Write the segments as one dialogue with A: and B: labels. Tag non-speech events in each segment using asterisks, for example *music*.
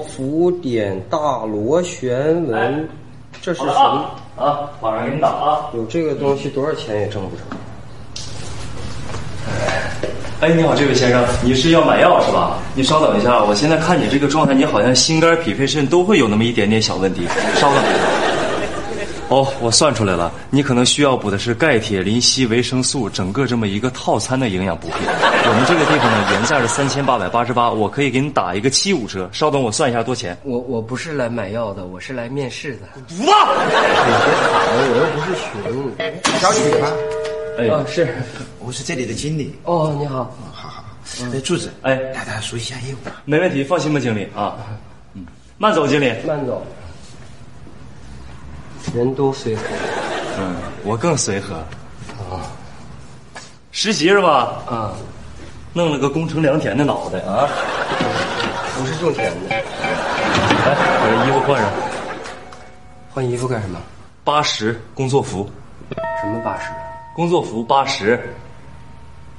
A: 浮点大螺旋纹，这是
B: 哎好
A: 什
B: 了
A: 么
B: 啊？啊，马上给你打啊！
A: 有这个东西多少钱也挣不着。
B: 哎，你好，这位先生，你是要买药是吧？你稍等一下，啊我现在看你这个状态，你好像心肝脾肺肾都会有那么一点点小问题，稍等一下。哦，我算出来了，你可能需要补的是钙、铁、磷、硒、维生素，整个这么一个套餐的营养补品。我们这个地方呢，原价是三千八百八十八，我可以给你打一个七五折。稍等，我算一下多钱。
A: 我我不是来买药的，我是来面试的。
B: 不吧！
A: 我又不是
C: 小雨吗？
B: 哎
A: 熊。啊，是。
C: 我是这里的经理。
A: 哦，你好。
C: 好好，
D: 嗯
C: 好哎，柱子，
B: 哎
C: 带他熟悉一下业务。
B: 没问题，放心吧，经理啊。嗯，慢走，经理。
A: 慢走。人都随和
B: 嗯，我更随和。啊，实习是吧？
A: 啊，
B: 弄了个工程良田的脑袋啊！
A: 不是种田的。
B: 来，哎把这衣服换上。
A: 换衣服干什么？
B: 八十工作服，
A: 什么八十？
B: 工作服八十，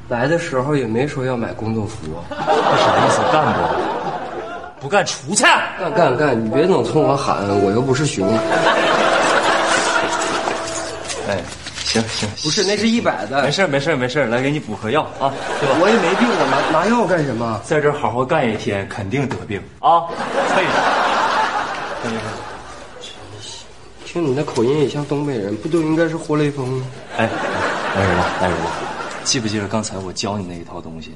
A: 来的时候也没说要买工作服啊。
B: 这啥意思？干不？不干出去！
A: 干干干，你别总冲我喊，我又不是熊。
B: 哎，行行，
A: 不是，那是一百的
B: 没。事儿没事儿没事儿，来给你补颗药啊，对吧？
A: 我也没病，我拿拿药干什么？
B: 在这儿好好干一天，肯定得病啊！配上，
A: 听你那口音也像东北人，不都应该是活雷锋吗？
B: 哎，来人了来人了，记不记得刚才我教你那一套东西？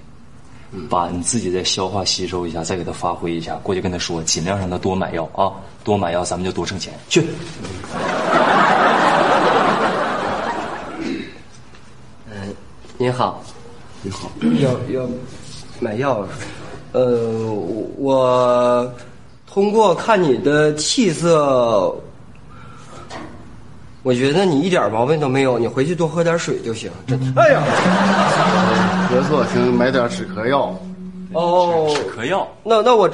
B: 把你自己再消化吸收一下，再给他发挥一下。过去跟他说，尽量让他多买药啊，多买药咱们就多挣钱。去，
A: 您好，
C: 你好，
A: 要要买药，呃，我通过看你的气色，我觉得你一点毛病都没有，你回去多喝点水就行。真的。哎呀，
E: 咳嗽，请买点止咳药。
A: 哦，
B: 嗑药。
A: 那那我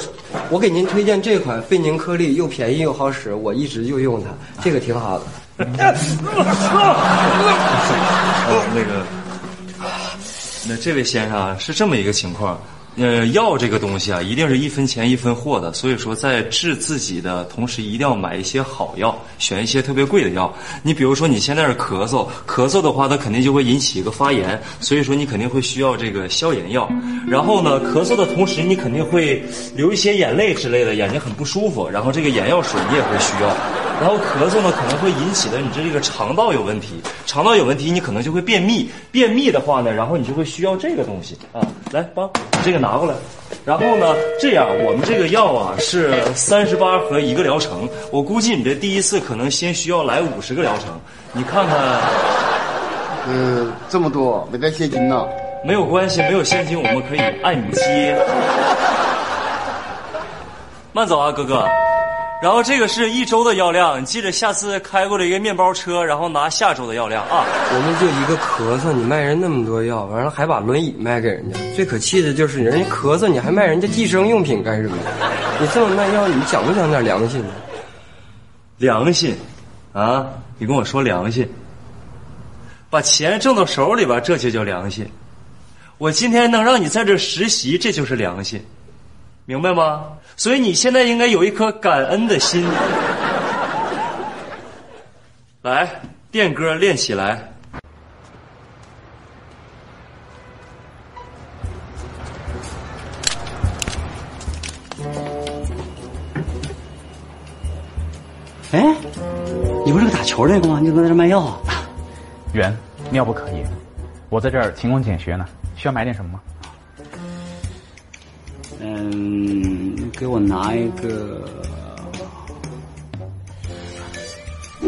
A: 我给您推荐这款费宁颗粒，又便宜又好使，我一直就用它，这个挺好的。
B: 哦，那个，啊那这位先生啊，是这么一个情况，呃，药这个东西啊，一定是一分钱一分货的，所以说在治自己的同时，一定要买一些好药，选一些特别贵的药。你比如说你现在是咳嗽，咳嗽的话，它肯定就会引起一个发炎，所以说你肯定会需要这个消炎药。然后呢，咳嗽的同时，你肯定会流一些眼泪之类的，眼睛很不舒服，然后这个眼药水你也会需要。然后咳嗽呢，可能会引起的你这个肠道有问题，肠道有问题，你可能就会便秘，便秘的话呢，然后你就会需要这个东西啊，来帮把这个拿过来。然后呢，这样我们这个药啊是三十八盒一个疗程，我估计你这第一次可能先需要来五十个疗程，你看看
E: 嗯、这么多，没带现金呐？
B: 没有关系，没有现金我们可以按你接。慢走啊，哥哥。然后这个是一周的药量，你记着下次开过来一个面包车，然后拿下周的药量啊。
A: 我们就一个咳嗽，你卖人那么多药，完了还把轮椅卖给人家。最可气的就是人家咳嗽，你还卖人家计生用品干什么？你这么卖药，你讲不讲点良心呢？
B: 良心，啊，你跟我说良心，把钱挣到手里边，这就叫良心。我今天能让你在这实习，这就是良心，明白吗？所以你现在应该有一颗感恩的心。来，电歌练起来。
F: 哎，你不是个打球来的吗？你怎么在这卖药啊？
G: 缘，妙不可言。我在这儿勤工俭学呢，需要买点什么吗？
F: 嗯，给我拿一个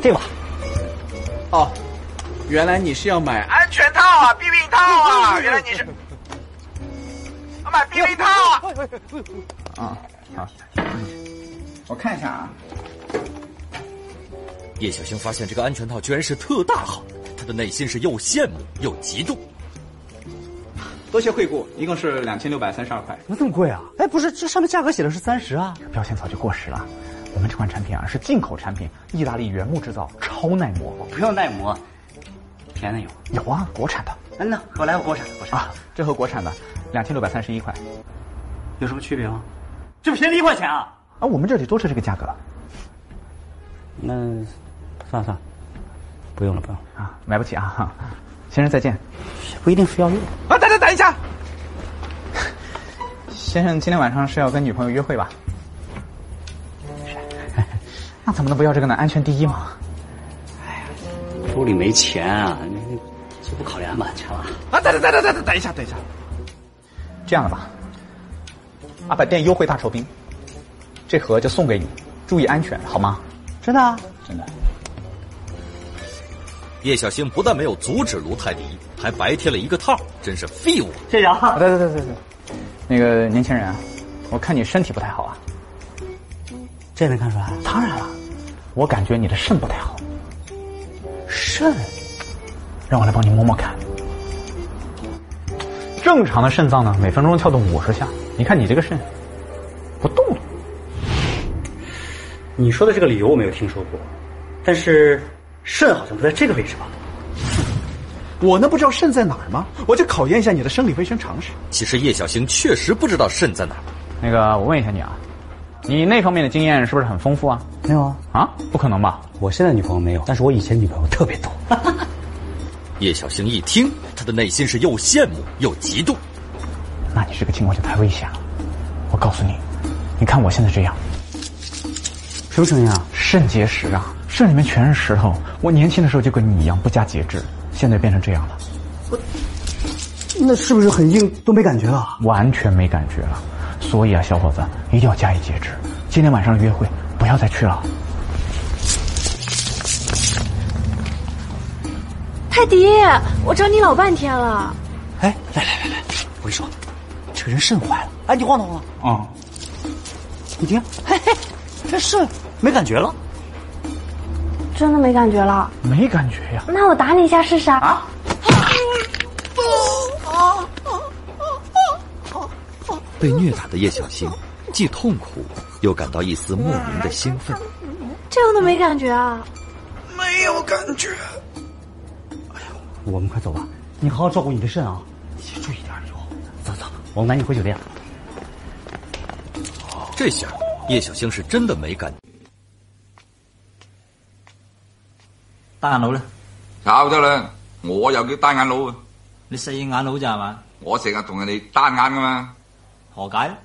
F: 这吧。
H: 哦，原来你是要买安全套啊，避孕套啊，原来你是。要买避孕套啊！
E: 我看一下啊。
I: 叶小星发现这个安全套居然是特大号，他的内心是又羡慕又嫉妒。
H: 多谢惠顾，一共是两千六百三十二块。
F: 怎么这么贵啊？哎，不是，这上面价格写的是三十啊。
G: 标签早就过时了。我们这款产品啊是进口产品，意大利原木制造，超耐磨。
F: 不用耐磨，便宜有。
G: 有啊，国产的
F: 嗯呐，我来我国产的，国产的
G: 啊，这和国产的两千六百三十一块。
F: 有什么区别吗？这不便宜一块钱啊！
G: 而我们这里都是这个价格
F: 那算了算了，不用了不用了，
G: 啊，买不起啊！哈先生再见。
F: 不一定非要用。
G: 啊，等等等一下， *laughs* 先生今天晚上是要跟女朋友约会吧？ *laughs* 那怎么能不要这个呢？安全第一嘛！
F: 兜里没钱啊，你这不考虑安不安全了？
G: 啊，等等等等等等，等一下，等一下，这样了吧，阿百店优惠大酬宾，这盒就送给你，注意安全好吗？
F: 真的啊？
G: 真的。
I: 叶小星不但没有阻止卢泰迪，还白贴了一个套，真是废物。
F: 谢谢啊。
G: 啊，对对对对对，那个年轻人啊，我看你身体不太好啊。
F: 这能看出来？
G: 当然了，我感觉你的肾不太好，
F: 肾
G: 让我来帮你摸摸看。正常的肾脏呢，每分钟跳动五十下，你看你这个肾不动了。
F: 你说的这个理由我没有听说过，但是肾好像不在这个位置吧？
G: 我那不知道肾在哪儿吗？我就考验一下你的生理卫生常识。
I: 其实叶小星确实不知道肾在哪儿。
G: 那个，我问一下你啊，你那方面的经验是不是很丰富啊？
F: 没有啊，
G: 啊，不可能吧？
F: 我现在女朋友没有，但是我以前女朋友特别多。
I: 叶小星一听，他的内心是又羡慕又嫉妒。
G: 那你这个情况就太危险了。我告诉你，你看我现在这样，
F: 什么声音啊？
G: 肾结石啊，肾里面全是石头。我年轻的时候就跟你一样不加节制，现在变成这样了，
F: 那是不是很硬都没感觉啊？
G: 完全没感觉了。所以啊，小伙子一定要加以节制。今天晚上的约会不要再去了。
J: 泰迪，我找你老半天了。
F: 哎，来来来来，我跟你说，这个人肾坏了。哎，你晃动晃动，
G: 嗯，
F: 你听，嘿嘿，这肾没感觉了。
J: 真的没感觉了，
G: 没感觉呀。
J: 那我打你一下试试啊！
I: 被虐打的叶小星既痛苦，又感到一丝莫名的兴奋。
J: 这样都没感觉啊？
F: 我们快走吧，你好好照顾你的肾啊，你注意点就好。走走，我们赶紧回酒店。啊
I: 这下，叶小星是真的没感觉。
D: 單眼佬咧？
K: 搞得啦！我又叫單眼佬啊！
D: 你四眼佬咋係嘛？
K: 我成日同人哋單眼噶嘛，
D: 何解咧？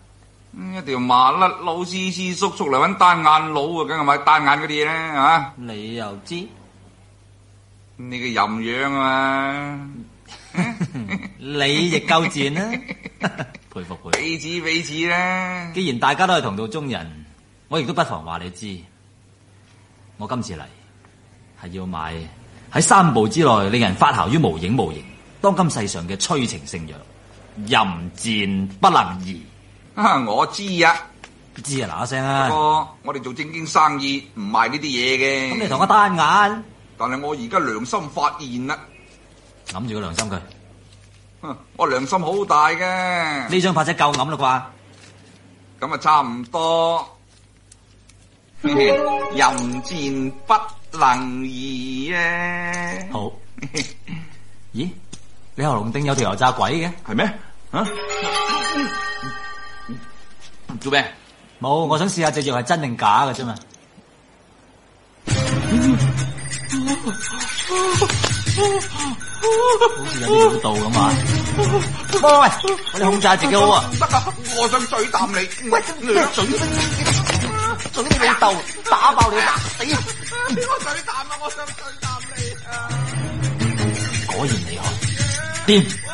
K: 嗯一條麻甩佬斯斯叔叔嚟揾單眼佬啊，梗係買單眼嗰啲嘢啦，係嘛？
D: 你又知？
K: 你嘅淫樣啊嘛，
D: 你亦夠賤
C: *laughs*
D: 啦、佩服佩服！
K: 彼此彼此啦，
D: 既然大家都係同道中人，我亦都不妨話你知，我今次嚟係要買喺三步之內令人發姣於無影無形，當今世上嘅催情聖藥，淫賤不能移。
K: 啊我知啊，
D: 知啊嗱嗱聲
K: 不
C: 哦
D: 啊！
K: 過我哋做正經生意唔賣呢啲嘢
D: 咁
K: 嘅。
D: 你同我單眼，
K: 但係我而家良心發現啦，
D: 揞住個良心佢。
K: 哼我良心好大嘅，
D: 呢張拍仔夠揞啦
K: 咁啊差唔多。淫賤不能移啊！
D: 啩？好。咦？你喉嚨頂有條油炸鬼嘅？
K: 系咩？啊？做咩？
D: 冇，我想試下隻藥係真定假嘅啫嘛。好似有啲料到咁啊！喂喂喂，我哋控制下自己好啊！
K: 得啦，我想嘴啖你。喂，你嘴
D: 做你老豆，打爆你打死！
K: 我嘴啖啊！我想嘴啖你啊！
D: 果然厲害，掂！